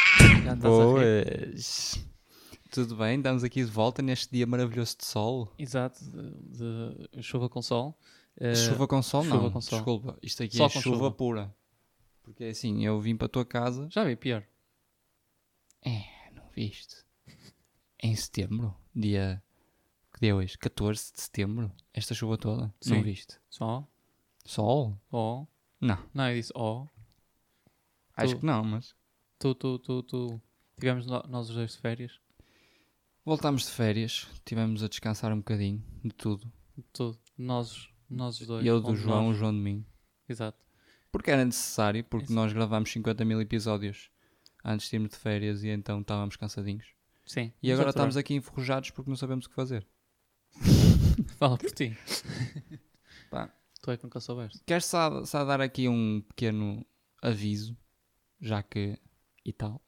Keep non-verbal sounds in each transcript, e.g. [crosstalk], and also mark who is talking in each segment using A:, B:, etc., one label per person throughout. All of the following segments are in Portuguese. A: estás a rir.
B: Boas.
A: Tudo bem, estamos aqui de volta neste dia maravilhoso de sol.
B: Exato, de, de chuva com sol. Eh,
A: chuva com sol,
B: chuva
A: não.
B: com sol.
A: Desculpa, isto aqui
B: Sol
A: é
B: com
A: chuva,
B: chuva.
A: pura. Porque é assim, eu vim para a tua casa.
B: Já vi, pior.
A: É, não viste? Em setembro, dia. Que dia é hoje? 14 de setembro. Esta chuva toda.
B: Sim.
A: Não viste?
B: Só,
A: Sol?
B: ó.
A: Não.
B: Não, eu disse ó.
A: Acho
B: Tu-
A: que não, mas.
B: Tu, tu, tu, tu. Tivemos no- nós os dois de férias.
A: Voltámos de férias, tivemos a descansar um bocadinho de tudo.
B: Tu, nós, nós os dois.
A: E eu
B: um
A: do
B: de
A: João,
B: nós.
A: o João de mim.
B: Exato.
A: Porque era necessário, porque
B: Isso.
A: nós gravámos 50 mil episódios antes de irmos de férias e então estávamos cansadinhos.
B: Sim.
A: E agora estamos aqui enferrujados porque não sabemos o que fazer.
B: aqui. Fala por ti.
A: [laughs] Pá.
B: Tu é que nunca soubeste.
A: Queres só, só dar aqui um pequeno aviso, já que. e tal.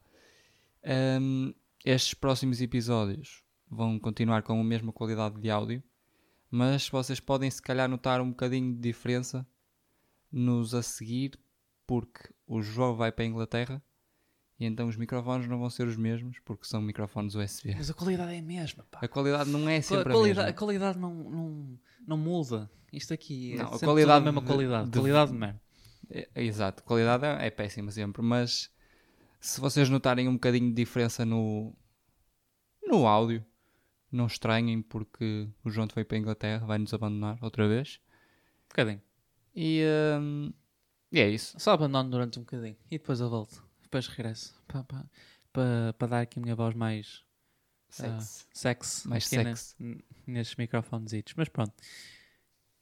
A: Ahm, estes próximos episódios vão continuar com a mesma qualidade de áudio, mas vocês podem se calhar notar um bocadinho de diferença nos a seguir, porque o João vai para a Inglaterra e então os microfones não vão ser os mesmos, porque são microfones USB.
B: Mas a qualidade é a mesma, pá.
A: A qualidade não é
B: Qual-
A: sempre a,
B: qualidade, a
A: mesma.
B: qualidade não, não, não muda. Isto aqui é
A: Não, a
B: sempre tudo
A: qualidade
B: a mesma
A: de-
B: qualidade.
A: de-
B: Qualidade Um de merda.
A: É, Exato, qualidade é é péssima sempre, mas se vocês notarem um bocadinho de diferença no, no áudio, não estranhem porque o João foi para a Inglaterra, vai nos abandonar outra vez.
B: Um bocadinho.
A: E, hum, e é isso.
B: Só abandono durante um bocadinho e depois eu volto. Depois regresso. Para dar aqui a minha voz mais
A: Sexy.
B: sexy.
A: Mais
B: aqui na-
A: sexy.
B: n- nestes microfonezitos. Mas pronto.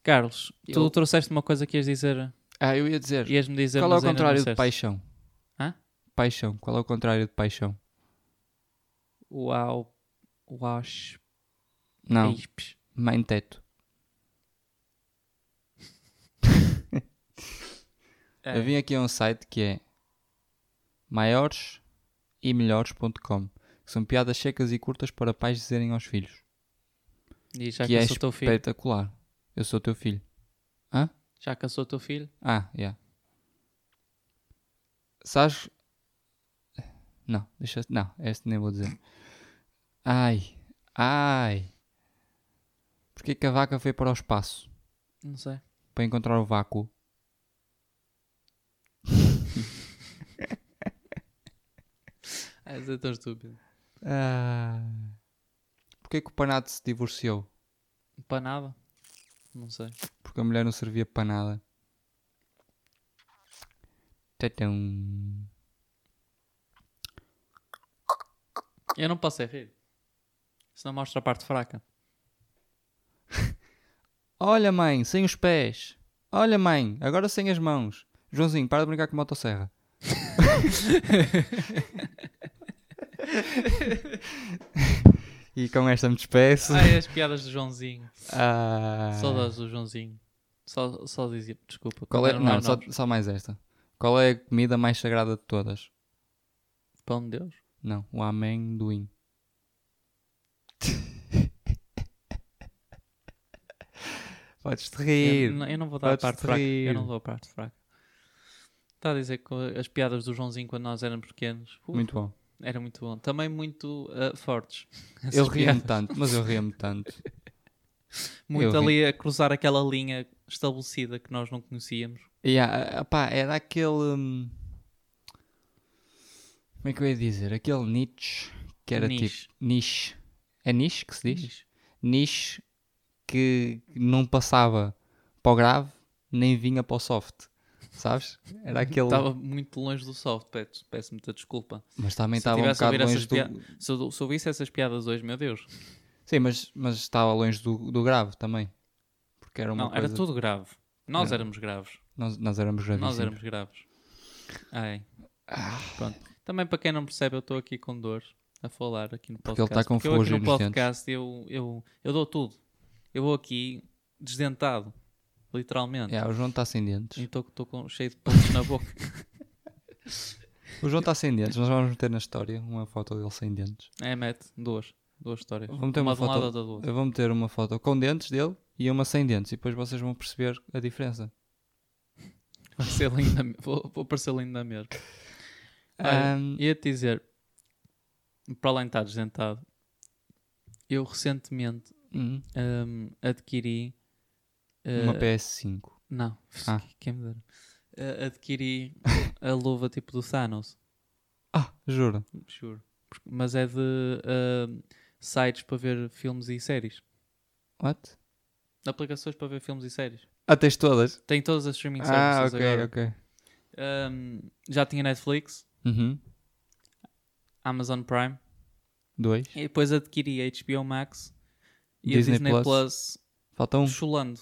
B: Carlos, tu
A: Eu-
B: trouxeste uma coisa que ias dizer.
A: Ah, eu ia dizer,
B: Ias-me dizer.
A: qual é o
B: mas ainda não
A: contrário de
B: disseste.
A: paixão?
B: Hã?
A: Paixão, qual é o contrário de paixão?
B: Uau. Uaus.
A: Não,
B: eipes.
A: mãe teto.
B: [laughs] É.
A: Eu vim aqui a um site que é maiores e melhores.com que são piadas secas e curtas para pais dizerem aos filhos.
B: E já
A: que é
B: cansou o teu filho.
A: espetacular. Eu sou teu filho.
B: Já cansou o teu filho.
A: Ah, já. Sabes? Não, deixa. Não, este nem vou dizer. Ai, ai. Porquê que a vaca foi para o espaço?
B: Não sei.
A: Para encontrar o vácuo.
B: Ah, és tão estúpido.
A: Ah. Porquê que o Panato se divorciou?
B: Para nada. Não sei.
A: Porque a mulher não servia para nada. Tadam.
B: Eu não posso é rir. Senão mostra a parte
A: [laughs]
B: fraca.
A: Olha, mãe, sem os pés. Olha, mãe, agora sem as mãos. Joãozinho, para de brincar com a motosserra. [laughs] e com esta me despeço.
B: Ai, as piadas do Joãozinho.
A: Ah.
B: Saudades do Joãozinho. Só, só dizia, desculpa.
A: Qual é...
B: era
A: Não,
B: mais
A: só,
B: nomes.
A: só mais esta. Qual é a comida mais sagrada de todas?
B: Pão de Deus.
A: Não, o amendoim. Podes-te
B: Eu,
A: rir.
B: não- eu não vou dar a
A: Podes
B: parte fraca. Eu
A: rir.
B: não dou a parte fraca. Está a dizer que as piadas do Joãozinho quando nós éramos pequenos uh,
A: Muito bom.
B: era muito bom. Também muito uh, fortes. [laughs] Essas
A: Eu ria-me
B: piadas.
A: tanto, mas eu ria-me
B: [laughs]
A: tanto.
B: Muito
A: eu
B: ali a cruzar aquela linha estabelecida que nós não conhecíamos.
A: E há- opá, era aquele. hum, Como é que eu ia dizer? Aquele niche que era
B: Niche.
A: tipo. Niche. É niche que se diz? Niche que não passava para o grave nem vinha para o soft. Sabes? Era aquele.
B: Estava muito longe do soft, peço- peço-me muita desculpa.
A: Mas também
B: Se eu
A: estava um
B: tivesse a
A: bocado
B: ouvir essas
A: longe do.
B: piadas. Se eu, se eu ouvisse essas piadas hoje, meu Deus.
A: Sim, mas, mas estava longe do, do grave também. Porque era uma
B: Não,
A: coisa.
B: era tudo grave. Nós
A: Era.
B: éramos graves.
A: Nós, nós éramos gravíssimos.
B: Nós éramos graves. Ai.
A: Ah.
B: Pronto. Também para quem não percebe, eu estou aqui com dor a falar aqui no podcast.
A: ele está com
B: porque eu aqui
A: ferrugem
B: no
A: nos dentes.
B: podcast eu, eu, eu dou tudo. Eu vou aqui desdentado, literalmente.
A: É, o João está sem
B: E
A: dentes.
B: estou estou com cheio de pelos na boca. [laughs]
A: O João está sem dentes. Nós vamos meter na história uma foto dele sem dentes.
B: É, mete duas. Duas histórias.
A: Vamos ter uma
B: uma de um
A: foto-
B: lado outra do outro.
A: Eu vou meter uma foto com dentes dele e uma sem dentes. E depois vocês vão perceber a diferença.
B: Vai ser linda. me- Vou, vou parecer linda mesmo. Olha,
A: Ahm,
B: Ia-te dizer, para além de estar desdentado, eu recentemente
A: Hum,
B: hum, adquiri. eh,
A: Uma PS5.
B: Não,
A: Ah.
B: quem me dera. Eh, adquiri a luva tipo do Thanos,
A: Ah, juro.
B: juro. Porque- Mas é de eh, sites para ver filmes e séries.
A: What?
B: Aplicações para ver filmes e séries.
A: Ah, tens todas?
B: Tem todas as streaming
A: Ah,
B: services
A: ok,
B: agora.
A: ok.
B: Hum, já tinha Netflix,
A: Uhum.
B: Amazon Prime.
A: Dois.
B: E depois adquiri a HBO Max e
A: Disney
B: a Disney
A: Plus.
B: Plus,
A: Falta um.
B: chulando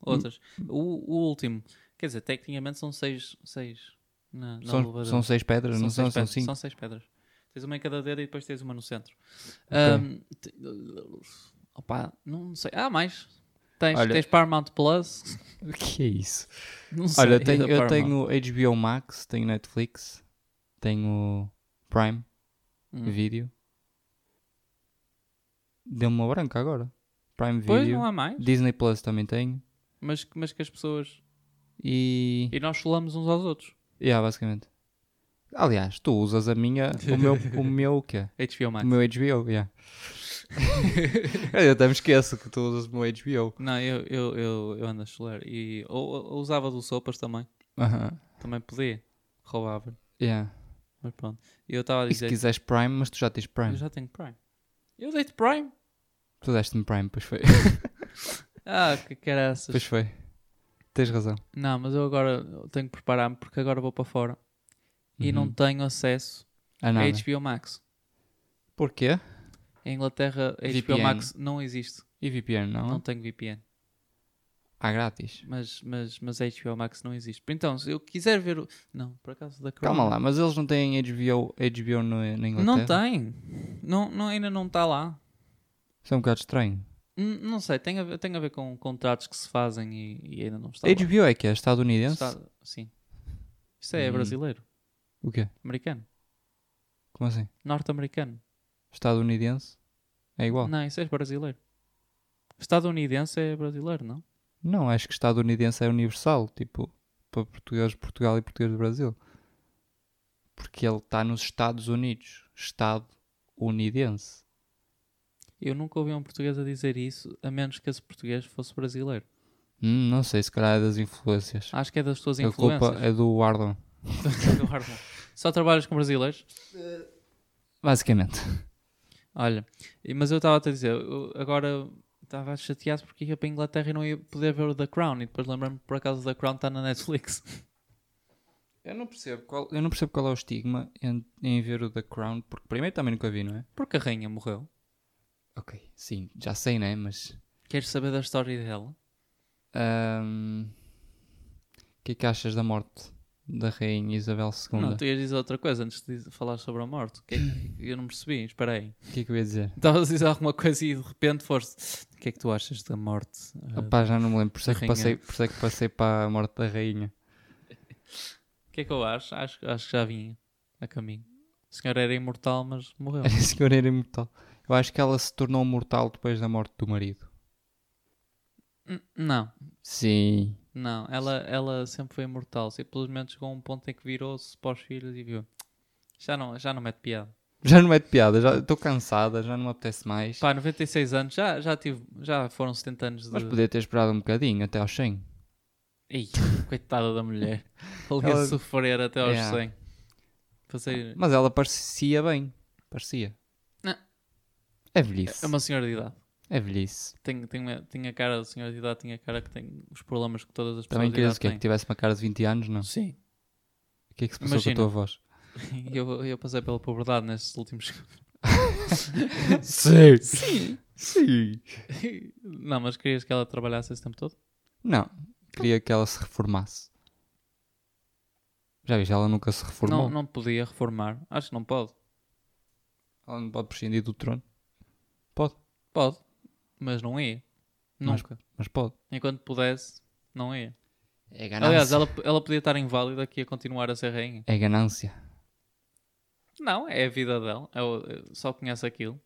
B: outras. O, o último, quer dizer, tecnicamente são seis. seis na, na
A: São,
B: luva
A: são
B: dele.
A: seis pedras, não são?
B: seis
A: São
B: pedras-
A: cinco.
B: são seis pedras. Tens uma em cada dedo e depois tens uma no centro.
A: Ok.
B: Ahm, te- opa, não sei. Ah, mais. Tens,
A: Olha-
B: tens Paramount Plus. [laughs]
A: O [laughs] que é isso?
B: Não sei.
A: Olha, eu tenho, eu
B: Paramount.
A: tenho HBO Max, tenho Netflix, tenho Prime
B: Hum.
A: Video. Deu-me uma branca agora. Prime
B: Pois
A: Video.
B: não há mais.
A: Disney Plus também tenho.
B: Mas, mas que as pessoas.
A: E.
B: E nós chulamos uns aos outros.
A: Yeah, basicamente. Aliás, tu usas a minha. O meu,
B: [laughs]
A: o meu o quê?
B: HBO
A: O
B: Max.
A: meu HBO, yeah.
B: [laughs]
A: eu até me esqueço que tu usas o meu HBO.
B: Não, eu, eu, eu, eu ando a chular. E ou, ou usava do Sopas também.
A: Aham.
B: Também podia. Roubava.
A: Yeah.
B: Mas pronto. E eu estava a
A: E se
B: dizer.
A: quiseres Prime, mas tu já tens
B: Eu
A: Prime.
B: é. já tenho Prime. Eu dei-te Prime?
A: Tu deste-me Prime, pois
B: [laughs]
A: foi.
B: Ah, que caraças.
A: pois foi. Tens razão.
B: Não, mas eu agora tenho que preparar-me porque agora vou para fora. E não
A: Uhum.
B: tenho acesso
A: Ah,
B: a
A: nada.
B: HBO Max.
A: Porquê?
B: Em Inglaterra, a HBO
A: VPN.
B: Max não existe.
A: E VPN, não?
B: Não
A: não.
B: tenho VPN.
A: Ah, grátis.
B: Mas, mas, mas a HBO Max não existe. Então, se eu quiser ver o. Não, por acaso da
A: Calma
B: Corona-
A: lá, mas eles não têm HBO, HBO no, na Inglaterra?
B: Não tem. Não, não, ainda não está lá.
A: Isso é um bocado estranho.
B: Hum, Não sei, tem a ver, tem a ver com contratos que se fazem e, e ainda não está. lá.
A: HBO é que é estadunidense?
B: Está- sim. Isso é
A: Hum.
B: brasileiro,
A: O quê?
B: americano,
A: Como assim?
B: norte-americano.
A: Estadunidense? É igual?
B: Não, isso é brasileiro. Estadunidense é brasileiro, não?
A: Não, acho que estadunidense é universal, tipo, para português de Portugal e português do Brasil. Porque ele está nos Estados Unidos. Estadunidense.
B: Eu nunca ouvi um português a dizer isso, a menos que esse português fosse brasileiro.
A: Hum, não sei, se calhar é das influências.
B: Acho que é das tuas
A: A culpa
B: influências.
A: é do Ardon.
B: [laughs] Eduardo. Só trabalhas com brasileiros?
A: Basicamente.
B: Olha, e- mas eu estava a te dizer, eu agora estava chateado porque ia para a Inglaterra e não ia poder ver o The Crown. E depois lembrei-me por acaso The Crown está na Netflix. [laughs]
A: Eu não percebo qual, eu não percebo qual é o estigma em, em ver o The Crown, porque primeiro também nunca vi, não é?
B: Porque a rainha morreu.
A: Ok, sim, já sei, né? Mas
B: Queres saber da história dela?
A: ahm, o que é que achas da morte da Rainha Isabel
B: Não,
A: II?
B: tu ias dizer outra coisa antes de falar sobre a morte. O que é que- eu não percebi, espera aí. [laughs]
A: O que é que eu ia dizer?
B: Estavas a dizer alguma coisa e de repente foste. O que é que tu achas da morte? eh,
A: Rapaz, já não me lembro, por isso é
B: da
A: que
B: rainha.
A: passei, por isso é que passei para a morte da Rainha.
B: O que é que eu acho? Acho, acho que já vinha a caminho. O senhor era imortal, mas morreu.
A: [laughs] A senhora era imortal. Eu acho que ela se tornou mortal depois da morte do marido.
B: N- não,
A: Sim.
B: não. Ela, ela sempre foi imortal. Simplesmente chegou a um ponto em que virou-se para os filhos e viu. Já não, já não mete piada.
A: Já não é de piada, já estou cansada, já não me apetece mais.
B: Pá, 96 anos, já, já, tive, já foram 70 anos de.
A: Mas podia ter esperado um bocadinho, até aos 100.
B: Ei, coitada da
A: [laughs]
B: mulher. Ela
A: Ela-
B: ia sofrer até aos
A: Yeah.
B: 100. Passei...
A: Mas ela parecia bem. Parecia.
B: Não.
A: É velhice.
B: É uma senhora de idade.
A: É velhice.
B: Tem, tem, tem a cara de senhora de idade, tinha a cara que tem os problemas que todas as pessoas
A: Também
B: de idade
A: querias o quê? Que
B: têm.
A: tivesse uma cara de 20 anos, não?
B: Sim.
A: O que é que se passou
B: Imagina.
A: com a
B: [laughs]
A: tua voz?
B: Eu, eu passei pela pobreza nestes últimos.
A: Sim.
B: Sim!
A: Sim.
B: [laughs] Não, mas querias que ela trabalhasse esse tempo todo?
A: Não. Queria que ela se reformasse. Já viste? Ela nunca se reformou.
B: Não, não podia reformar. Acho que não pode.
A: Ela não pode prescindir do trono. Pode,
B: Pode, mas não ia.
A: Mas-
B: Nunca.
A: mas pode.
B: Enquanto pudesse, não ia.
A: É
B: Aliás, ela, ela podia estar inválida que ia continuar a ser rainha.
A: É ganância.
B: Não, é a vida dela. Eu, eu só conheço aquilo.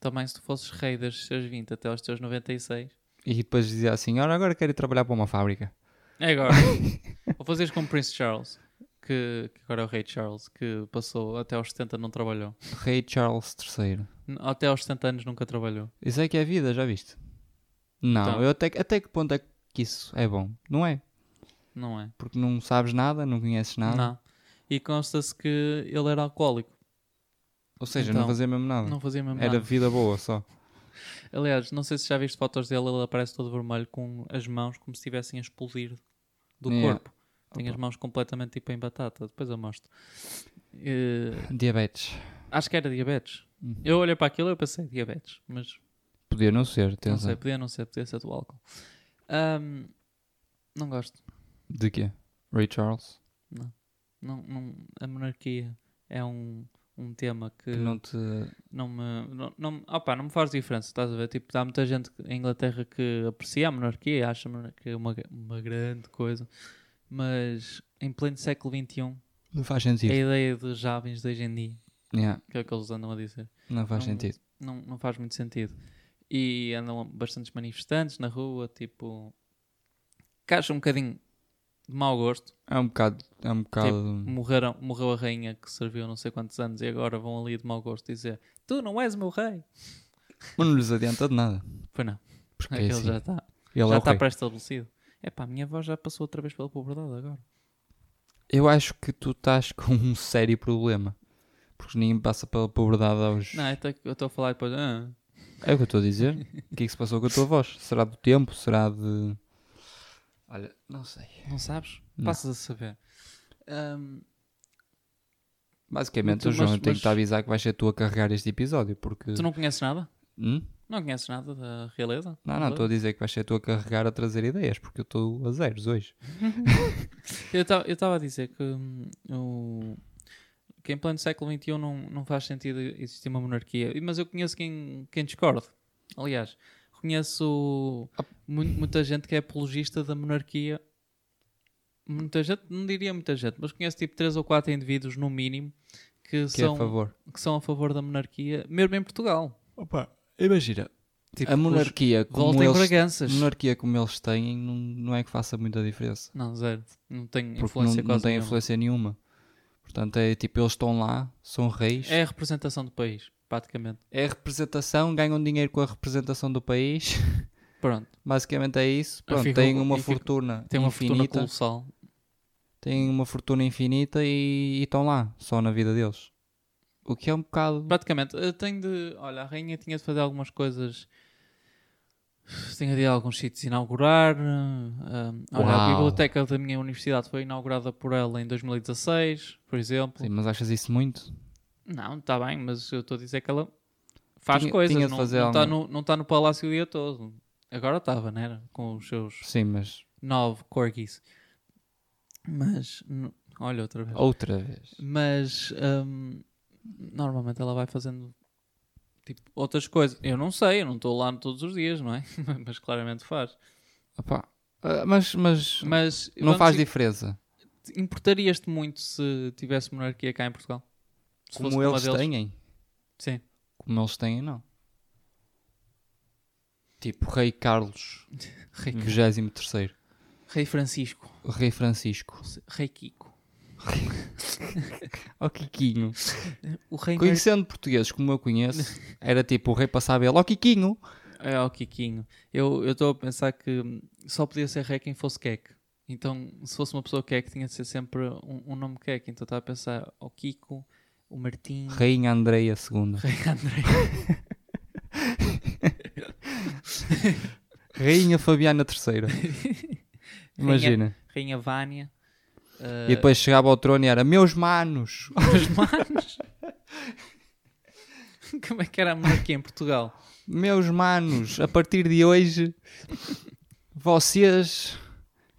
B: Também se tu fosses rei dos seus 20 até aos teus 96.
A: E depois [laughs] dizia assim, ora agora quero ir trabalhar para uma fábrica.
B: É agora. Ou fazeres como Prince Charles. que, que agora é o Rei Charles, que passou até aos 70 não trabalhou.
A: Rei Charles III.
B: N- Até aos 70 anos nunca trabalhou.
A: Isso é que é vida, já viste? Não,
B: Então.
A: eu até, que- até que ponto é que isso é bom? Não é?
B: Não é?
A: Porque não sabes nada, não conheces nada.
B: Não. E consta-se que ele era alcoólico.
A: Ou seja, não
B: Então,
A: fazia mesmo nada.
B: Não fazia mesmo
A: Era
B: nada.
A: vida boa só.
B: Aliás, não sei se já viste fotos dele, ele aparece todo vermelho com as mãos como se estivessem a explodir do
A: Yeah.
B: corpo. Tem as mãos completamente tipo em batata, depois eu mostro. Eh,
A: Diabetes.
B: acho que era diabetes.
A: Uhum.
B: Eu olhei para aquilo e eu pensei diabetes, mas
A: Podia não ser,
B: não
A: atenção.
B: sei, podia não ser, podia ser do álcool. Ahm, não gosto.
A: De quê? Ray Charles?
B: Não, não- a monarquia é um, um tema que
A: Que
B: não,
A: não te.
B: me. Não, não, me- opá, não me faz diferença, estás a ver? Tipo, há muita gente em Inglaterra que aprecia a monarquia, acha a monarquia uma, gra- uma grande coisa, mas em pleno século XXI,
A: Não faz
B: a
A: sentido.
B: ideia dos jovens de hoje em dia,
A: Yeah,
B: que é o que eles andam a dizer.
A: não faz
B: Não-
A: sentido.
B: não, não faz muito sentido. E andam bastantes manifestantes na rua, tipo. que acham um bocadinho de mau gosto.
A: É um bocado. É um bocado.
B: Morreram, morreu a rainha que serviu não sei quantos anos e agora vão ali de mau gosto dizer: Tu não és o meu rei.
A: Mas não lhes adianta de nada.
B: Foi não,
A: Porque é
B: aquele
A: assim.
B: já está
A: Ele
B: já
A: é
B: tá
A: o
B: está
A: rei.
B: pré-estabelecido. É pá, a minha voz já passou outra vez pela pobreza agora.
A: Eu acho que tu estás com um sério problema. Porque ninguém passa pela pobreza aos.
B: Não, eu tô- eu estou a falar depois. "Ah,
A: É o que eu estou a dizer. O que é que se passou com a tua voz? Será do tempo? Será de. Olha, não sei.
B: não sabes?
A: Não.
B: Passas a saber. Ahm, Mas-
A: Basicamente, o João
B: Então, mas-
A: eu tenho que te
B: mas-
A: avisar que vais ser tu a carregar este episódio. Porque.
B: tu não conheces nada?
A: Hum?
B: Não conheces nada da realeza?
A: Não, não, estou a dizer que vais ser tu a carregar a trazer ideias, porque eu estou a zeros hoje.
B: Eu estava a dizer que, hum, o, que em pleno século XXI não, não faz sentido existir uma monarquia, E- mas eu conheço quem, quem discorde. Aliás, conheço mu- muita gente que é apologista da monarquia. Muita gente, não diria muita gente, mas conheço tipo três ou quatro indivíduos no mínimo que,
A: Que é
B: são,
A: a favor.
B: que são a favor da monarquia, mesmo em Portugal.
A: imagina.
B: Tipo,
A: a monarquia
B: os-
A: como,
B: Voltem
A: eles,
B: Braganças.
A: monarquia como eles têm não, não é que faça muita diferença.
B: Não, zero. Não tem
A: Porque não,
B: influência
A: não
B: quase
A: tem
B: nenhuma.
A: influência nenhuma. Portanto, é tipo, eles estão lá, são reis.
B: É a representação do país, praticamente.
A: é representação, ganham dinheiro com a representação do país.
B: Pronto.
A: Basicamente é isso. Pronto,
B: fico-
A: têm uma
B: eu fico-
A: fortuna
B: Tem uma fortuna
A: infinita.
B: colossal.
A: têm uma fortuna infinita e e estão lá, só na vida deles. O que é um bocado.
B: Praticamente, eu tenho de. Olha, a rainha tinha de fazer algumas coisas. Tinha de ir a alguns sítios inaugurar. ah, olha, a
A: Uau.
B: biblioteca da minha universidade foi inaugurada por ela em 2016, por exemplo.
A: Sim, mas achas isso muito?
B: Não, está bem, mas eu estou a dizer que ela faz
A: Tinha-
B: coisas.
A: tinha de
B: não
A: fazer
B: não está
A: alguma-
B: no, não tá no palácio o dia todo. Agora estava, não era? Com os seus
A: Sim, mas
B: nove corgis. Mas. n- Olha, outra vez.
A: outra vez.
B: Mas hum, normalmente ela vai fazendo tipo outras coisas. Eu não sei, eu não estou lá todos os dias, não é? [laughs] mas claramente faz.
A: Opá, ah, mas, mas
B: Mas
A: não faz
B: vamos-
A: diferença.
B: importarias-te muito se tivesse monarquia cá em Portugal? Se fosse
A: Como
B: uma
A: eles
B: deles?
A: têm,
B: Sim.
A: como eles têm, não. Tipo, Rei Carlos,
B: Rei,
A: Uhum. 23
B: Rei Francisco,
A: Rei Francisco,
B: Rei Kiko.
A: ó Quiquinho.
B: O Rei Mar...
A: Conhecendo portugueses como eu conheço,
B: [laughs]
A: era tipo, o rei passava ele, ó Quiquinho.
B: É o Kikinho. Eu eu estou a pensar que hum, só podia ser rei quem fosse queque. Então, se fosse uma pessoa queque, tinha de ser sempre um, um nome queque. Então, estava a pensar o Kiko, o Martim,
A: Rainha Andreia II.
B: Rei André.
A: Rainha Fabiana III. Imagina.
B: Rainha Vânia. ah,
A: E depois chegava ao trono e era, meus manos. [laughs]
B: os manos. [laughs] Como é que era a monarquia em Portugal?
A: Meus manos, a partir de hoje vocês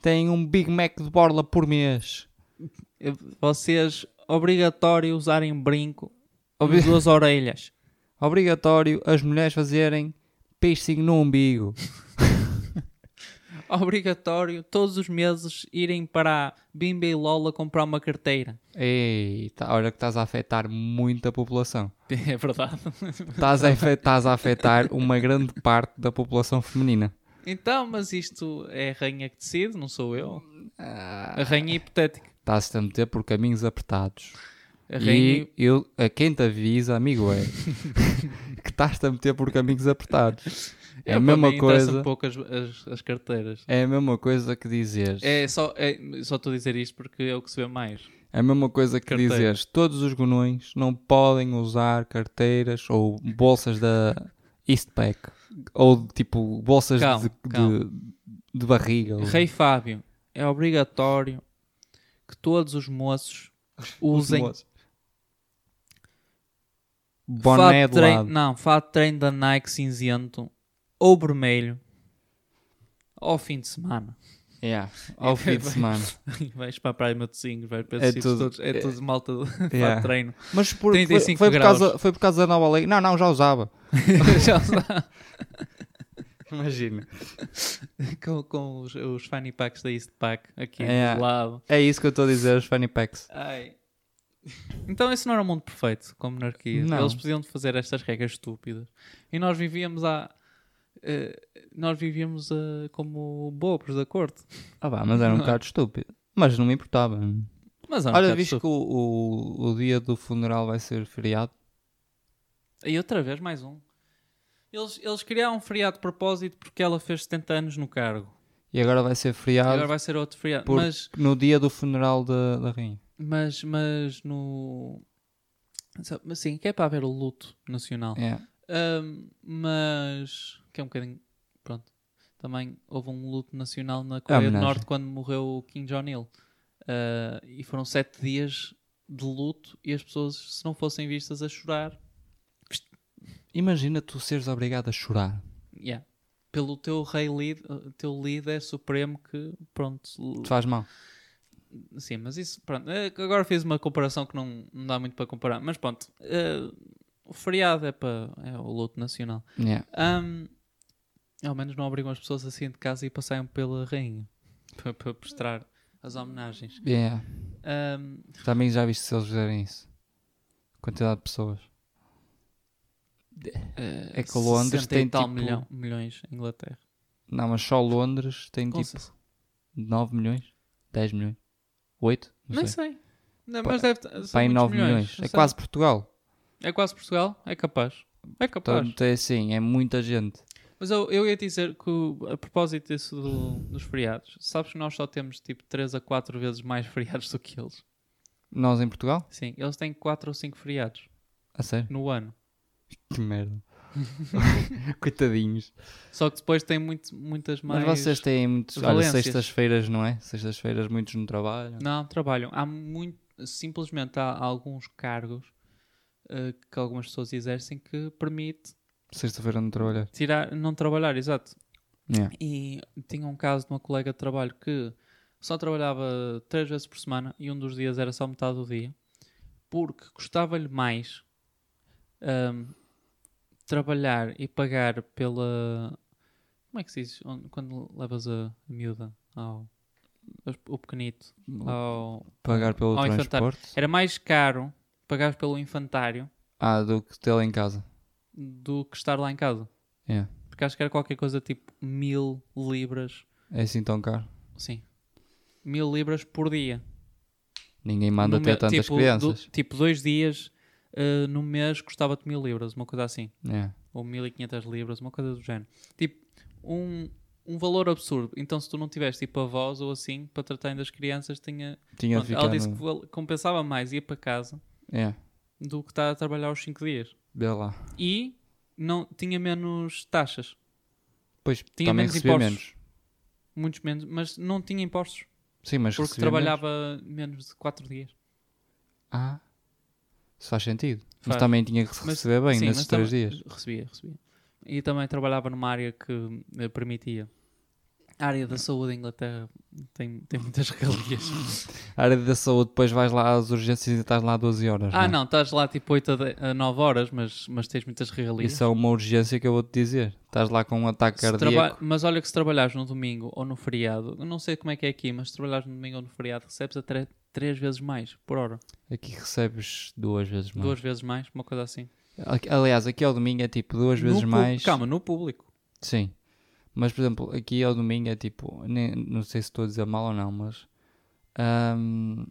A: têm um Big Mac de borla por mês.
B: Eu- Vocês, obrigatório usarem brinco [laughs] nas duas orelhas.
A: Obrigatório as mulheres fazerem piercing no umbigo.
B: Obrigatório todos os meses irem para a Bimba e Lola comprar uma carteira.
A: Eita, olha que estás a afetar muita população.
B: [laughs] É verdade.
A: Estás a, afe- estás a afetar uma grande parte da população feminina.
B: Então, mas isto é a rainha que decide, não sou eu. A rainha hipotética.
A: Está-se a meter por caminhos apertados.
B: A rainha,
A: E eu, a quem te avisa,
B: [laughs]
A: amigo, é que estás-te a meter por caminhos apertados. É,
B: pá,
A: a
B: a
A: mesma
B: mim interessa-me
A: coisa.
B: pouco as, as- as carteiras.
A: É a mesma coisa que dizeres. É,
B: É só, é, só estou a dizer isto porque é o que se vê mais.
A: a mesma coisa que
B: Carteira.
A: dizeres. Todos os gonões não podem usar carteiras ou bolsas da Eastpak. Ou tipo bolsas
B: Calma,
A: de,
B: calma.
A: de- de barriga. ou-
B: Rei Fábio, é obrigatório que todos os
A: [laughs]
B: moços usem
A: moços. Boné
B: fato
A: de
B: de treino,
A: lado.
B: não, fato de treino da Nike cinzento ou vermelho ao fim de semana. [laughs]
A: Yeah, Ao fim de semana.
B: vais para a praia de Matosinhos, vais para
A: É
B: esses sítios
A: tudo-
B: todos, é
A: é-
B: tudo malta de [laughs] fato de
A: Yeah. [laughs]
B: treino.
A: Mas por, foi,
B: 35
A: foi por
B: graus.
A: causa, foi por causa da nova lei. Não, não, já usava.
B: Já usava
A: Imagina.
B: com, com os, os fanny packs da East Pack aqui
A: É.
B: do lado.
A: É isso que eu estou a dizer, os fanny packs.
B: Ai. Então esse não era um mundo perfeito com a monarquia.
A: Não.
B: Eles podiam fazer estas regras estúpidas. E nós vivíamos a eh, nós vivíamos ah, como bobos da corte.
A: Ah, vá, mas era um
B: Não é?
A: bocado estúpido. Mas não me importava.
B: Mas há um
A: Olha,
B: bocado
A: viste que o, o, o dia do funeral vai ser feriado?
B: E outra vez, mais um. Eles, eles criaram um feriado de propósito porque ela fez 70 anos no cargo.
A: E agora vai ser
B: E
A: feriado
B: agora vai ser outro feriado.
A: por-
B: Mas,
A: no dia do funeral da, da rainha.
B: mas, mas no. sabe, Mas sim, que é para haver o luto nacional.
A: É.
B: Ahm, mas. Que é um bocadinho. Pronto. Também houve um luto nacional na Coreia do
A: homenagem.
B: Norte quando morreu o Kim Jong-il. Ah, e foram sete dias de luto e as pessoas, se não fossem vistas a chorar,
A: Imagina tu seres obrigado a chorar.
B: Yeah. Pelo teu rei líder, teu líder supremo que, pronto, l-
A: Te faz mal.
B: sim, mas isso, pronto, eh, agora fiz uma comparação que não, não dá muito para comparar, mas pronto, eh, o feriado é para, é o luto nacional.
A: É.
B: Ahm, ao menos não obrigam as pessoas a saírem de casa e passarem pela rainha, [laughs] para, para prestar as homenagens.
A: É.
B: Ahm,
A: Também já viste se eles fizerem isso. Quantidade de pessoas.
B: eh,
A: É que Londres
B: 60 e
A: tem
B: tal
A: tipo-
B: milhão- milhões, Inglaterra.
A: Não, mas só Londres tem
B: Com
A: tipo
B: certeza.
A: 9 milhões? 10 milhões? 8? Não
B: Nem
A: sei.
B: sei. Não,
A: Pá-
B: mas deve são
A: Pá, em
B: muitos
A: 9 milhões.
B: não
A: É
B: sei.
A: quase Portugal.
B: É quase Portugal? É capaz. É capaz.
A: Portanto, é assim, é muita gente.
B: Mas eu, eu ia dizer que, o- a propósito disso do- dos feriados, sabes que nós só temos tipo 3 a 4 vezes mais [laughs] feriados do que eles?
A: Nós em Portugal?
B: Sim, eles têm 4 ou 5 feriados
A: A sério?
B: no ano.
A: Que merda. [laughs] Coitadinhos.
B: Só que depois têm muito, muitas mais.
A: Mas vocês têm muitos. Olha,
B: valências.
A: sextas-feiras, não é? Sextas-feiras, muitos no trabalho.
B: Não, trabalham. Há muito. Simplesmente há alguns cargos eh, que algumas pessoas exercem que permite
A: Sexta-feira não trabalhar.
B: tirar, não trabalhar, exato.
A: Yeah.
B: E tinha um caso de uma colega de trabalho que só trabalhava três vezes por semana e um dos dias era só metade do dia, porque custava-lhe mais ahm, trabalhar e pagar pela. Como é que se diz? Onde- Quando levas a miúda ao. o pequenito ao.
A: Pagar pelo
B: Ao infantário.
A: transporte.
B: Era mais caro pagar pelo infantário
A: Ah, do que tê-la em casa.
B: do que estar lá em casa.
A: Yeah.
B: Porque acho que era qualquer coisa tipo mil libras.
A: É assim tão caro.
B: Sim. Mil libras por dia.
A: Ninguém manda
B: No
A: até
B: me-
A: tantas
B: tipo,
A: crianças.
B: do- tipo, dois dias eh, no mês custava-te mil libras, uma coisa assim.
A: Yeah.
B: Ou 1500 libras, uma coisa do género. Tipo, um, um valor absurdo. Então, se tu não tivesse tipo avós ou assim, para tratarem das crianças, tinha.
A: Tinha
B: Pronto,
A: de ficar.
B: ela disse
A: no-
B: que val- compensava mais ir para casa
A: Yeah.
B: do que estar a trabalhar os cinco dias.
A: Vê lá.
B: E não, tinha menos taxas.
A: Pois,
B: Tinha
A: também
B: menos
A: recebia
B: impostos.
A: menos.
B: Muitos menos, mas não tinha impostos.
A: Sim, mas
B: Porque
A: recebia menos.
B: trabalhava menos de quatro dias.
A: Ah, isso faz sentido.
B: Faz.
A: Mas também tinha que se
B: Mas-
A: receber bem
B: sim,
A: nesses
B: mas
A: três
B: também-
A: dias.
B: Recebia, recebia. E também trabalhava numa área que eh, permitia. A área da saúde da Inglaterra tem, tem muitas [laughs] regalias.
A: A área da saúde, depois vais lá às urgências e estás lá 12 horas.
B: ah,
A: não é?
B: não, estás lá tipo 8 a de- a 9 horas, mas, mas tens muitas regalias.
A: Isso é uma urgência que eu vou-te dizer. Estás lá com um ataque
B: Se
A: cardíaco.
B: traba- Mas olha que se trabalhares no domingo ou no feriado, eu não sei como é que é aqui, mas se trabalhares no domingo ou no feriado, recebes até 3 vezes mais por hora.
A: Aqui recebes duas vezes mais.
B: Duas vezes mais, uma coisa assim.
A: Aqui- Aliás, aqui ao domingo é tipo duas
B: No
A: vezes
B: pub-
A: mais.
B: Calma, no público.
A: Sim. Mas, por exemplo, aqui ao domingo é tipo. nem- não sei se estou a dizer mal ou não, mas Ahm,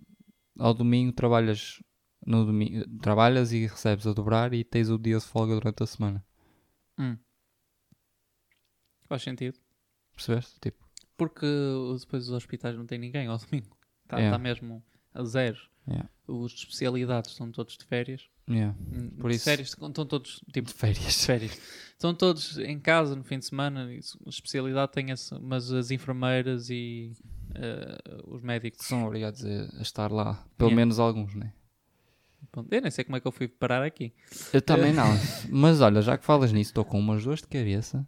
A: ao domingo trabalhas no domingo, trabalhas e recebes a dobrar e tens o dia de folga durante a semana.
B: Faz sentido.
A: Percebeste? Tipo,
B: Porque uh, depois os hospitais não têm ninguém ao domingo. Está
A: É.
B: mesmo a zero.
A: Yeah.
B: Os especialidades estão todos de férias. Hum,
A: yeah. Por
B: de
A: isso-
B: férias estão todos tipo
A: de férias.
B: de férias. Estão todos em casa no fim de semana. isso- A especialidade tem esse, mas as enfermeiras e eh, os médicos.
A: São obrigados a, a estar lá. Pelo
B: Yeah.
A: menos alguns, né?
B: Pronto, Eu nem sei como é que eu fui parar aqui.
A: Eu também
B: [laughs]
A: não. Mas olha, já que falas nisso, estou com umas dores de cabeça.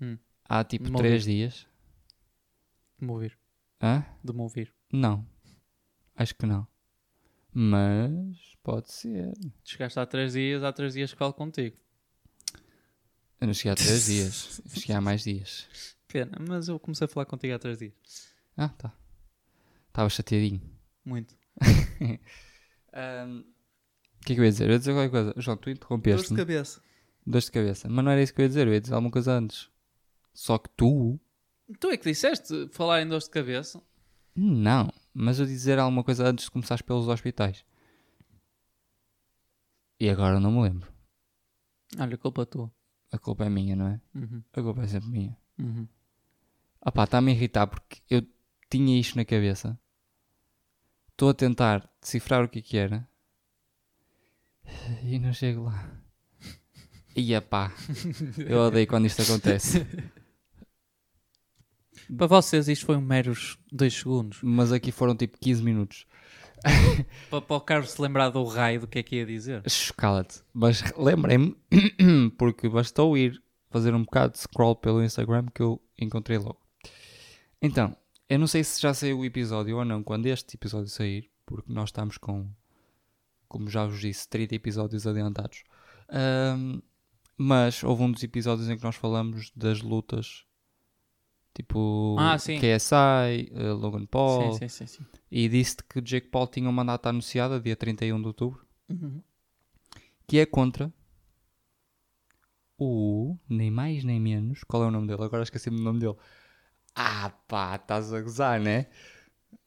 B: Hum.
A: Há tipo
B: Mal
A: três dias.
B: De me ouvir.
A: Hã?
B: De me ouvir.
A: Não. Acho que não. Mas pode ser.
B: Chegaste há três dias, há três dias que falo contigo.
A: Eu não cheguei há
B: [laughs]
A: três dias. Eu Cheguei há mais dias.
B: Pena, mas eu comecei a falar contigo há três dias.
A: Ah, tá. Estava chateadinho.
B: Muito.
A: Ahm, O que é que eu ia dizer? Eu ia dizer qualquer coisa. João, tu
B: Dores de
A: interrompeste.
B: cabeça.
A: Dores de cabeça. Mas não era isso que eu ia dizer. Eu ia dizer alguma coisa antes. Só que tu.
B: Tu é que disseste falar em dores de cabeça.
A: Não. Mas eu dizer alguma coisa antes de começares pelos hospitais. E agora eu não me lembro.
B: Olha, culpa tua.
A: A culpa é minha, não é?
B: Uhum,
A: A culpa é sempre minha.
B: uhum.
A: Ah pá, está-me a irritar porque eu tinha isto na cabeça. Estou a tentar decifrar o que é que era. E não chego lá. E pá, eu odeio quando isto acontece.
B: Para vocês isto foi um meros 2 segundos.
A: Mas aqui foram tipo 15 minutos.
B: Para, para o Carlos se lembrar do raio do que é que ia dizer.
A: Cala-te. Mas lembrei-me, [clears throat] porque bastou ir fazer um bocado de scroll pelo Instagram que eu encontrei logo. Então, eu não sei se já saiu o episódio ou não, quando este episódio sair, porque nós estamos com, como já vos disse, 30 episódios adiantados. Ahm, mas houve um dos episódios em que nós falamos das lutas, tipo
B: Ah, sim.
A: KSI, eh, Logan Paul,
B: Sim, sim, sim. sim.
A: e disse que o Jake Paul tinha uma data anunciada, dia 31 de outubro
B: Uhum.
A: que é contra o nem mais nem menos. Qual é o nome dele? Agora esqueci-me do nome dele. Ah, pá, estás a gozar, né?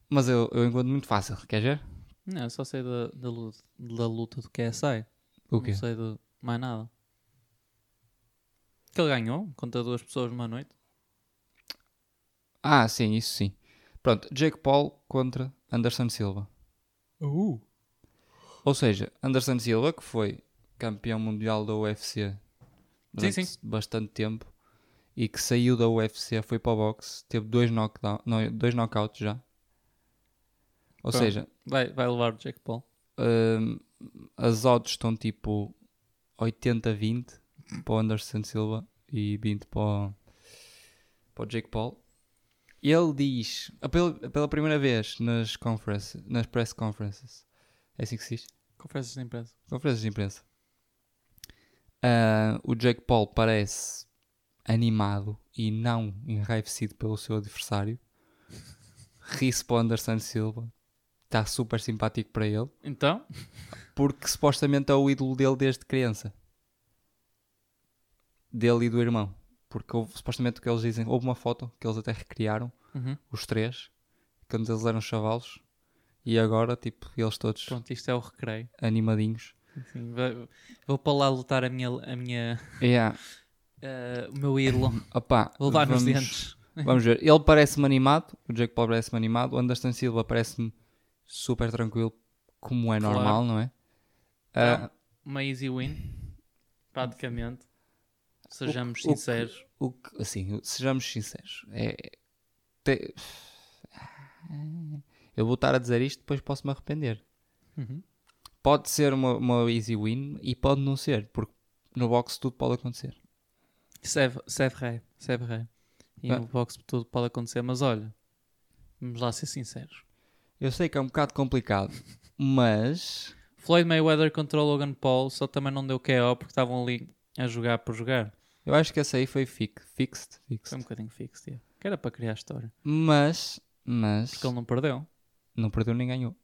A: Mas eu, eu encontro muito fácil, quer ver?
B: Não, eu só sei da, da, luta, da luta do KSI.
A: O quê?
B: Não sei de mais nada. Que ele ganhou contra duas pessoas numa noite.
A: Ah, sim, isso sim. Pronto, Jake Paul contra Anderson Silva.
B: Uh.
A: Ou seja, Anderson Silva, que foi campeão mundial da UFC durante
B: sim.
A: bastante tempo e que saiu da UFC, foi para o boxe, teve dois, knockdown, não, dois knockouts já. Ou
B: Pronto.
A: seja,
B: Vai, vai levar o Jack Paul.
A: Hum, as odds estão tipo 80-20 para o Anderson Silva e 20 para o, para o Jake Paul. Ele diz, ah, pela, pela primeira vez nas, conference, nas press conferences, é assim que se diz?
B: Conferências de imprensa.
A: Conferências de imprensa. Ah, o Jake Paul parece animado e não enraivecido pelo seu adversário. Ri-se para o Anderson Silva. Está super simpático para ele
B: Então,
A: porque supostamente é o ídolo dele desde criança. Dele e do irmão. Porque houve, supostamente o que eles dizem, houve uma foto que eles até recriaram,
B: uhum.
A: os três, quando eles eram chavalos, e agora, tipo, eles todos
B: pronto, isto é o recreio.
A: animadinhos.
B: Enfim, vai- vou para lá lutar a minha, a minha,
A: Yeah.
B: eh, o meu ídolo.
A: Opá,
B: Vou levar nos
A: vamos-
B: dentes.
A: Vamos ver. Ele parece-me animado, o Jake Paul parece-me animado, o Anderson Silva parece-me super tranquilo, como é
B: Claro. Então.
A: normal, não é? Ah,
B: Uma easy win, praticamente. Sejamos
A: o que-
B: sinceros.
A: o que- assim, sejamos sinceros. É, te- eu vou estar a dizer isto, depois posso me arrepender.
B: Uhum.
A: Pode ser uma, uma easy win e pode não ser, porque no boxe tudo pode acontecer.
B: C'est v- c'est vrai, c'est vrai. E
A: Ah.
B: no box tudo pode acontecer, mas olha, vamos lá ser sinceros.
A: Eu sei que é um bocado complicado, mas
B: Floyd Mayweather contra o Logan Paul só também não deu KO porque estavam ali a jogar por jogar.
A: eu acho que essa aí foi fic, fixed,
B: Foi
A: fixed.
B: um bocadinho fixo, tio. Que era para criar história.
A: Mas, mas
B: Porque ele não perdeu.
A: não perdeu nem ganhou.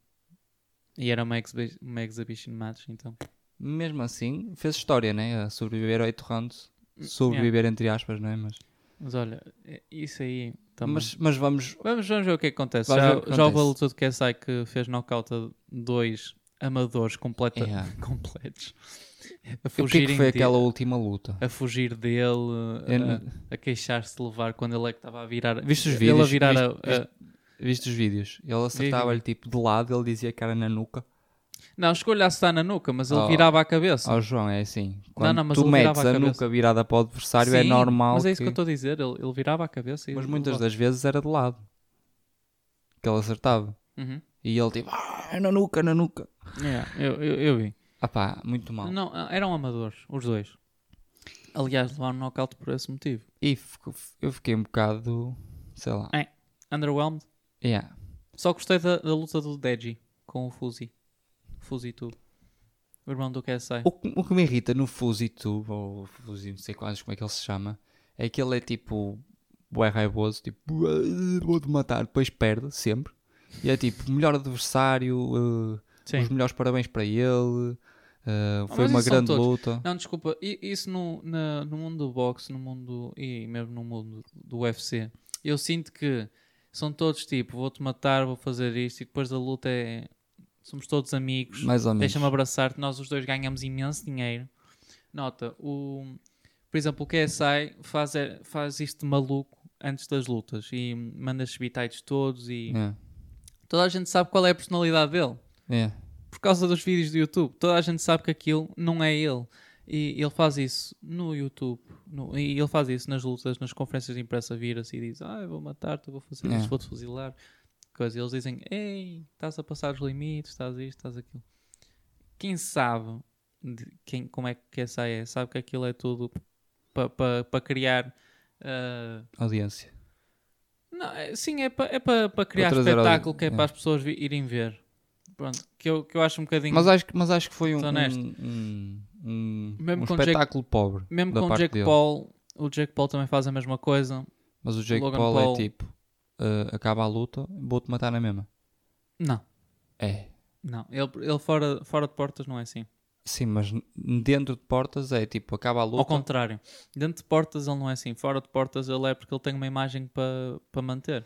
B: E era uma, exhibi uma exhibition match, então.
A: Mesmo assim, fez história, né? A
B: Hum,
A: sobreviver 8 rounds. Sobreviver entre aspas, não é? Mas
B: Mas olha, é- isso aí também.
A: Mas, mas vamos.
B: Vamos, vamos ver o que é que acontece.
A: Vamos
B: Já,
A: ver o que
B: já houve a
A: acontece.
B: luta do KSI que fez knockout a dois amadores completa,
A: Yeah.
B: [laughs] completos a
A: O que é que
B: fugirem
A: foi
B: de-
A: aquela última luta?
B: a fugir dele,
A: Eu
B: a,
A: não-
B: a queixar-se de levar quando ele é que estava a virar.
A: Viste
B: Ele
A: os
B: a
A: vídeos?
B: virar a-
A: Viste-
B: a-
A: Viste os vídeos? Ele acertava-lhe tipo de lado, ele dizia que era na nuca.
B: Não, escolha-se está na nuca, mas ele
A: Oh.
B: virava a cabeça.
A: Ó João, é assim. Quando
B: não, mas
A: tu
B: ele virava
A: metes
B: a
A: a,
B: cabeça.
A: nuca virada para o adversário é
B: Sim,
A: normal.
B: Mas é isso que, eu
A: que-
B: estou a dizer, ele, ele virava a cabeça e.
A: Mas muitas das vezes era de lado. Que ele acertava.
B: Uhum.
A: E ele tipo, ah, na nuca, na nuca.
B: Yeah, eu, eu, eu vi.
A: Ah pá, muito mal.
B: Não, ah, eram amadores, os dois. Aliás, levaram knockout por esse motivo.
A: E fico- eu fiquei um bocado, sei lá.
B: É. Underwhelmed.
A: Yeah.
B: Só gostei da, da luta do Deji com o Fuzi. Fuzi tudo. O irmão do KSI.
A: O, que, o que me irrita no FuziTube, ou Fuzi não sei quase como é que ele se chama, é que ele é tipo, bué raivoso, tipo, "Ah, vou-te matar, depois perde, sempre. E é tipo, melhor adversário, eh, os melhores parabéns para ele, eh, foi
B: mas
A: uma
B: isso são
A: grande
B: todos.
A: luta.
B: Não, desculpa, i- isso no, na- no mundo do boxe, no mundo e mesmo no mundo do UFC, eu sinto que são todos tipo, vou-te matar, vou fazer isto, e depois da luta é, somos todos amigos,
A: Mais ou menos.
B: deixa-me abraçar-te, nós os dois ganhamos imenso dinheiro. Nota, o, por exemplo, o KSI faz, é- faz isto de maluco antes das lutas e manda bitites todos e toda a gente sabe qual é a personalidade dele
A: É, é.
B: por causa dos vídeos do YouTube. Toda a gente sabe que aquilo não é ele. E ele faz isso no YouTube. no- e ele faz isso nas lutas, nas conferências de imprensa, vira-se e diz: Ah, eu vou matar-te, eu vou fazer
A: É.
B: isto, vou-te fuzilar. Coisa. E eles dizem: Ei, estás a passar os limites, estás isto, estás aquilo. Quem sabe de quem, como é que essa é, sabe que aquilo é tudo para criar. ah,
A: Audiência.
B: não, é- sim, é para criar
A: trazer
B: espetáculo,
A: audi-
B: que é
A: é.
B: para as pessoas vi- irem ver. Pronto, que eu, que eu acho um bocadinho.
A: Mas acho, que- mas acho que foi um,
B: Desonesto.
A: um, um, um-
B: Mesmo
A: um
B: com o Jack-
A: espetáculo pobre.
B: Mesmo
A: da
B: com o
A: parte
B: Jack
A: dele.
B: Paul, o Jack Paul também faz a mesma coisa.
A: Mas o Jake
B: Logan
A: Paul,
B: Paul.
A: é tipo, eh, acaba a luta, vou-te matar na mesma.
B: Não,
A: É.
B: não. Ele, ele fora, fora de portas não é assim.
A: Sim, mas n- dentro de portas é tipo, acaba a
B: Ao
A: luta.
B: contrário. Dentro de portas ele não é assim. Fora de portas ele é porque ele tem uma imagem para para manter.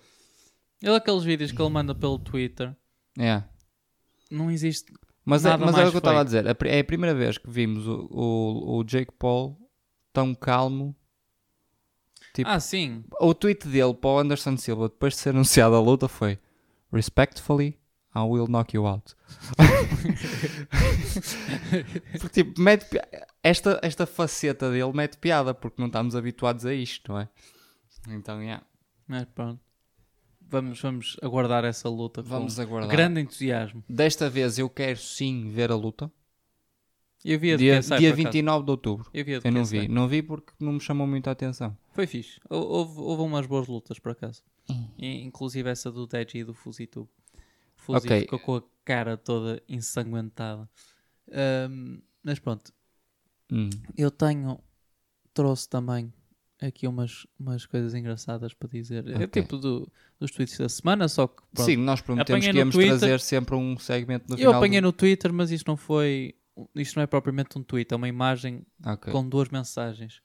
B: Ele, aqueles vídeos que ele manda pelo Twitter,
A: É.
B: não existe.
A: Mas, é,
B: Nada
A: mas era
B: mais
A: o que eu estava
B: feio.
A: a dizer. A pri- É a primeira vez que vimos o, o, o Jake Paul tão calmo. Tipo-
B: Ah, sim.
A: O tweet dele para o Anderson Silva depois de ser [laughs] anunciada a luta foi Respectfully, I will knock you out. [laughs] porque tipo, mete pi- esta, esta faceta dele mete piada porque não estamos habituados a isto, não é? Então, yeah,
B: Mas pronto. Vamos, vamos aguardar essa luta com
A: vamos aguardar.
B: grande entusiasmo.
A: Desta vez eu quero sim ver a luta.
B: Eu vi a de
A: dia
B: KSI,
A: dia
B: por acaso.
A: 29 de outubro.
B: Eu vi a de
A: Eu não
B: KSI.
A: vi. Não vi porque não me chamou muito a atenção.
B: Foi fixe. Hou- Houve, houve umas boas lutas, por acaso. E, inclusive essa do Deji e do Fuzitube. Fuzi
A: Ok.
B: ficou com a cara toda ensanguentada. Ahm, mas pronto,
A: Hum.
B: eu tenho... Trouxe também aqui umas, umas coisas engraçadas para dizer. É
A: Ok.
B: tipo do, dos tweets da semana, só que pronto.
A: Sim, nós prometemos
B: Apanhei
A: que
B: no
A: íamos
B: Twitter.
A: trazer sempre um segmento no
B: eu
A: final.
B: apanhei no Twitter, mas isto não foi... Isto não é propriamente um tweet, é uma imagem
A: no... Ok.
B: com duas mensagens.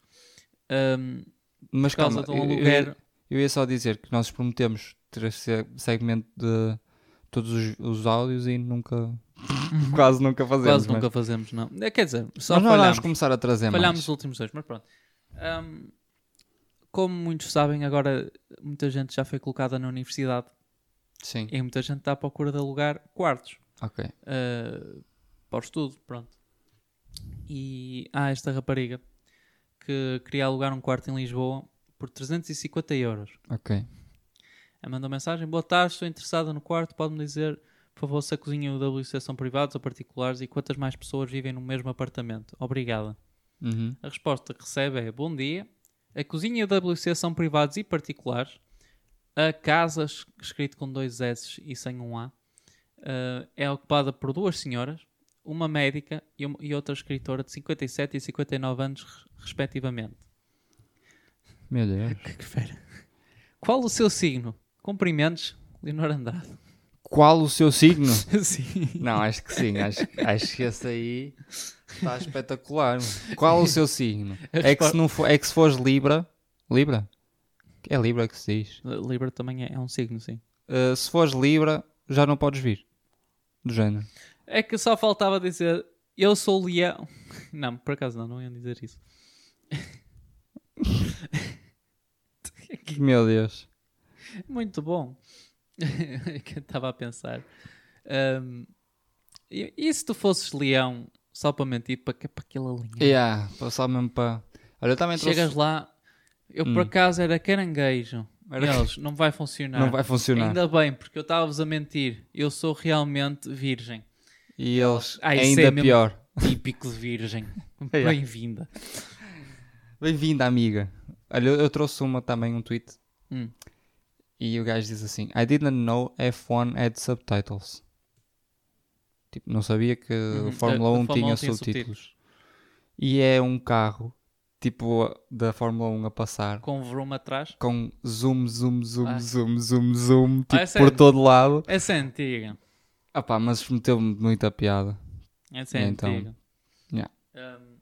B: Ahm,
A: Mas
B: por causa
A: calma,
B: de um
A: eu- eu-
B: aluguer...
A: Eu ia só dizer que nós prometemos ter esse segmento de todos os, os áudios e
B: [laughs]
A: nunca, quase nunca fazemos.
B: Quase
A: mas-
B: nunca fazemos, não. É, Quer dizer, só um
A: mas nós
B: falhámos,
A: vamos começar a trazer
B: falhámos os
A: mais.
B: últimos dois, mas pronto. Ahm, como muitos sabem, agora muita gente já foi colocada na universidade
A: Sim,
B: e muita gente está à procura de alugar quartos
A: ok.
B: ah, para o estudo, pronto. E há esta rapariga que queria alugar um quarto em Lisboa por 350 euros.
A: Ok.
B: Ela mandou mensagem: Boa tarde, estou interessada no quarto. Pode-me dizer, por favor, se a cozinha e o WC são privados ou particulares e quantas mais pessoas vivem no mesmo apartamento? Obrigada.
A: Uhum.
B: A resposta que recebe é: Bom dia. A cozinha e o WC são privados e particulares. A casa, es- escrito com dois S e sem um A, eh, é ocupada por duas senhoras, uma médica e, uma- e outra escritora de 57 e 59 anos, res- respectivamente.
A: Meu Deus.
B: [laughs] Que que fera. Qual o seu signo? Cumprimentos, Leonor Andrade.
A: Qual o seu signo?
B: [laughs] Sim.
A: Não, acho que sim. Acho, acho que esse aí está espetacular. mano. Qual o seu signo? É que se, não for, é que se fores Libra... Libra? É Libra que se diz.
B: Libra também é, é um signo, sim.
A: Uh, se fores Libra, já não podes vir. Do género.
B: É que só faltava dizer eu sou leão. [laughs] Não, por acaso não, não iam dizer isso.
A: Meu Deus.
B: Muito bom. [laughs] que eu estava a pensar. Ahm, e, e se tu fosses leão só para mentir para, que- para aquela linha?
A: Yeah, passar mesmo para. Olha, eu também É, trouxe. Hum.
B: Chegas lá, eu por acaso era caranguejo.
A: Era- [laughs]
B: Eles, não vai funcionar.
A: Não vai funcionar.
B: Ainda bem, porque eu estava-vos a mentir. Eu sou realmente
A: [laughs]
B: virgem.
A: E eles
B: Ah, isso
A: ainda
B: é mesmo-
A: pior.
B: Típico de virgem.
A: Yeah.
B: Bem-vinda.
A: Bem-vinda, amiga. Olha, eu, eu trouxe uma também, um tweet.
B: Hum.
A: E o gajo diz assim: I didn't know F1 had subtitles. Tipo, não sabia que a
B: Uhum,
A: Fórmula
B: a- a
A: 1
B: Fórmula
A: tinha
B: 1 tinha
A: subtítulos. E é um carro, tipo, a- da Fórmula 1 a passar,
B: Com vroom atrás.
A: com zoom, zoom, zoom,
B: Ah.
A: zoom, zoom, zoom, tipo,
B: é
A: por
B: sério?
A: todo lado.
B: Essa é antiga.
A: Ah pá, mas meteu-me muita piada.
B: Essa é
A: E então,
B: antiga.
A: yeah.
B: Ahm,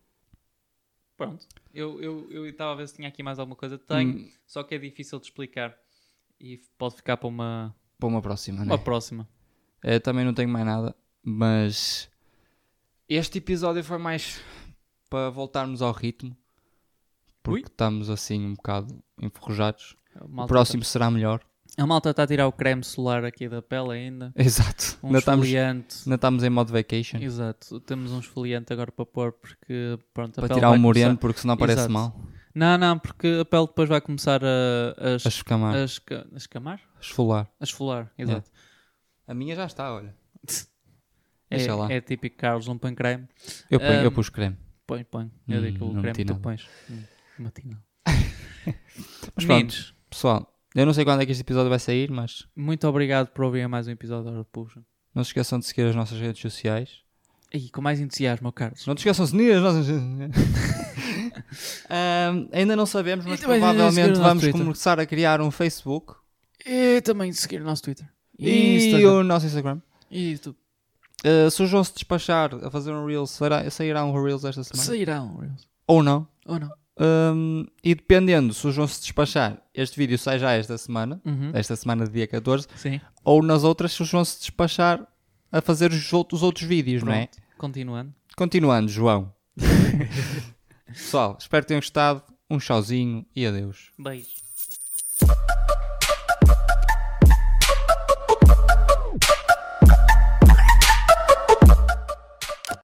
B: pronto. Eu eu- eu estava a ver se tinha aqui mais alguma coisa. Tenho,
A: Hum.
B: só que é difícil de explicar. E f- pode ficar para uma,
A: Para uma próxima, né?
B: uma próxima.
A: Eu Eh, também não tenho mais nada, mas este episódio foi mais para voltarmos ao ritmo, porque
B: Ui.
A: estamos assim um bocado enferrujados.
B: A
A: O
B: malta
A: próximo será melhor. [laughs]
B: tá- a malta está a tirar o creme solar aqui da pele ainda.
A: Exato.
B: Um
A: ainda, estamos,
B: esfoliante.
A: ainda estamos em modo vacation
B: Exato. Temos um esfoliante agora para pôr porque pronto, a
A: para
B: pele
A: tirar o
B: vai
A: moreno,
B: começar-
A: porque senão parece
B: tá Exato.
A: mal.
B: Não, não, porque a pele depois vai começar a, a,
A: A
B: es-
A: escamar,
B: a esca- a escamar?
A: a esfolar.
B: A esfolar, exato.
A: A minha já está, olha. Deixa lá.
B: É, é típico Carlos, não põe creme.
A: Eu, ponho- eu
B: Ahm,
A: pus creme.
B: Põe, põe. Eu digo
A: Hum,
B: o
A: não
B: creme que
A: meti
B: tu
A: nada.
B: pões. Hum, Não meti
A: [laughs]
B: nada.
A: Mas pronto,
B: Meninos,
A: pessoal, eu não sei quando é que este episódio vai sair, mas
B: muito obrigado por ouvirem mais um episódio da Hora do Puxa.
A: não se esqueçam de seguir as nossas redes sociais.
B: E com mais entusiasmo, ó Carlos.
A: Não te esqueçam-se nem as nossas. Ahm, ainda não sabemos, mas
B: E também seguir o
A: provavelmente
B: nosso
A: vamos
B: Twitter.
A: começar a criar um Facebook
B: E também seguir o nosso Twitter.
A: e o nosso Instagram.
B: E YouTube.
A: Ah, se o João se despachar a fazer um Reels, será, sairá um Reels esta semana?
B: Sairão, Reels.
A: Ou não?
B: Ou não?
A: Ahm, e dependendo, se o João se despachar, este vídeo sai já esta semana,
B: Uhum.
A: esta semana de dia 14,
B: Sim.
A: ou nas outras, se o João se despachar a fazer os, out- os outros vídeos, não é?
B: Pronto. Continuando.
A: Continuando, João. [laughs] Pessoal, espero que tenham gostado. Um tchauzinho e adeus.
B: Beijo.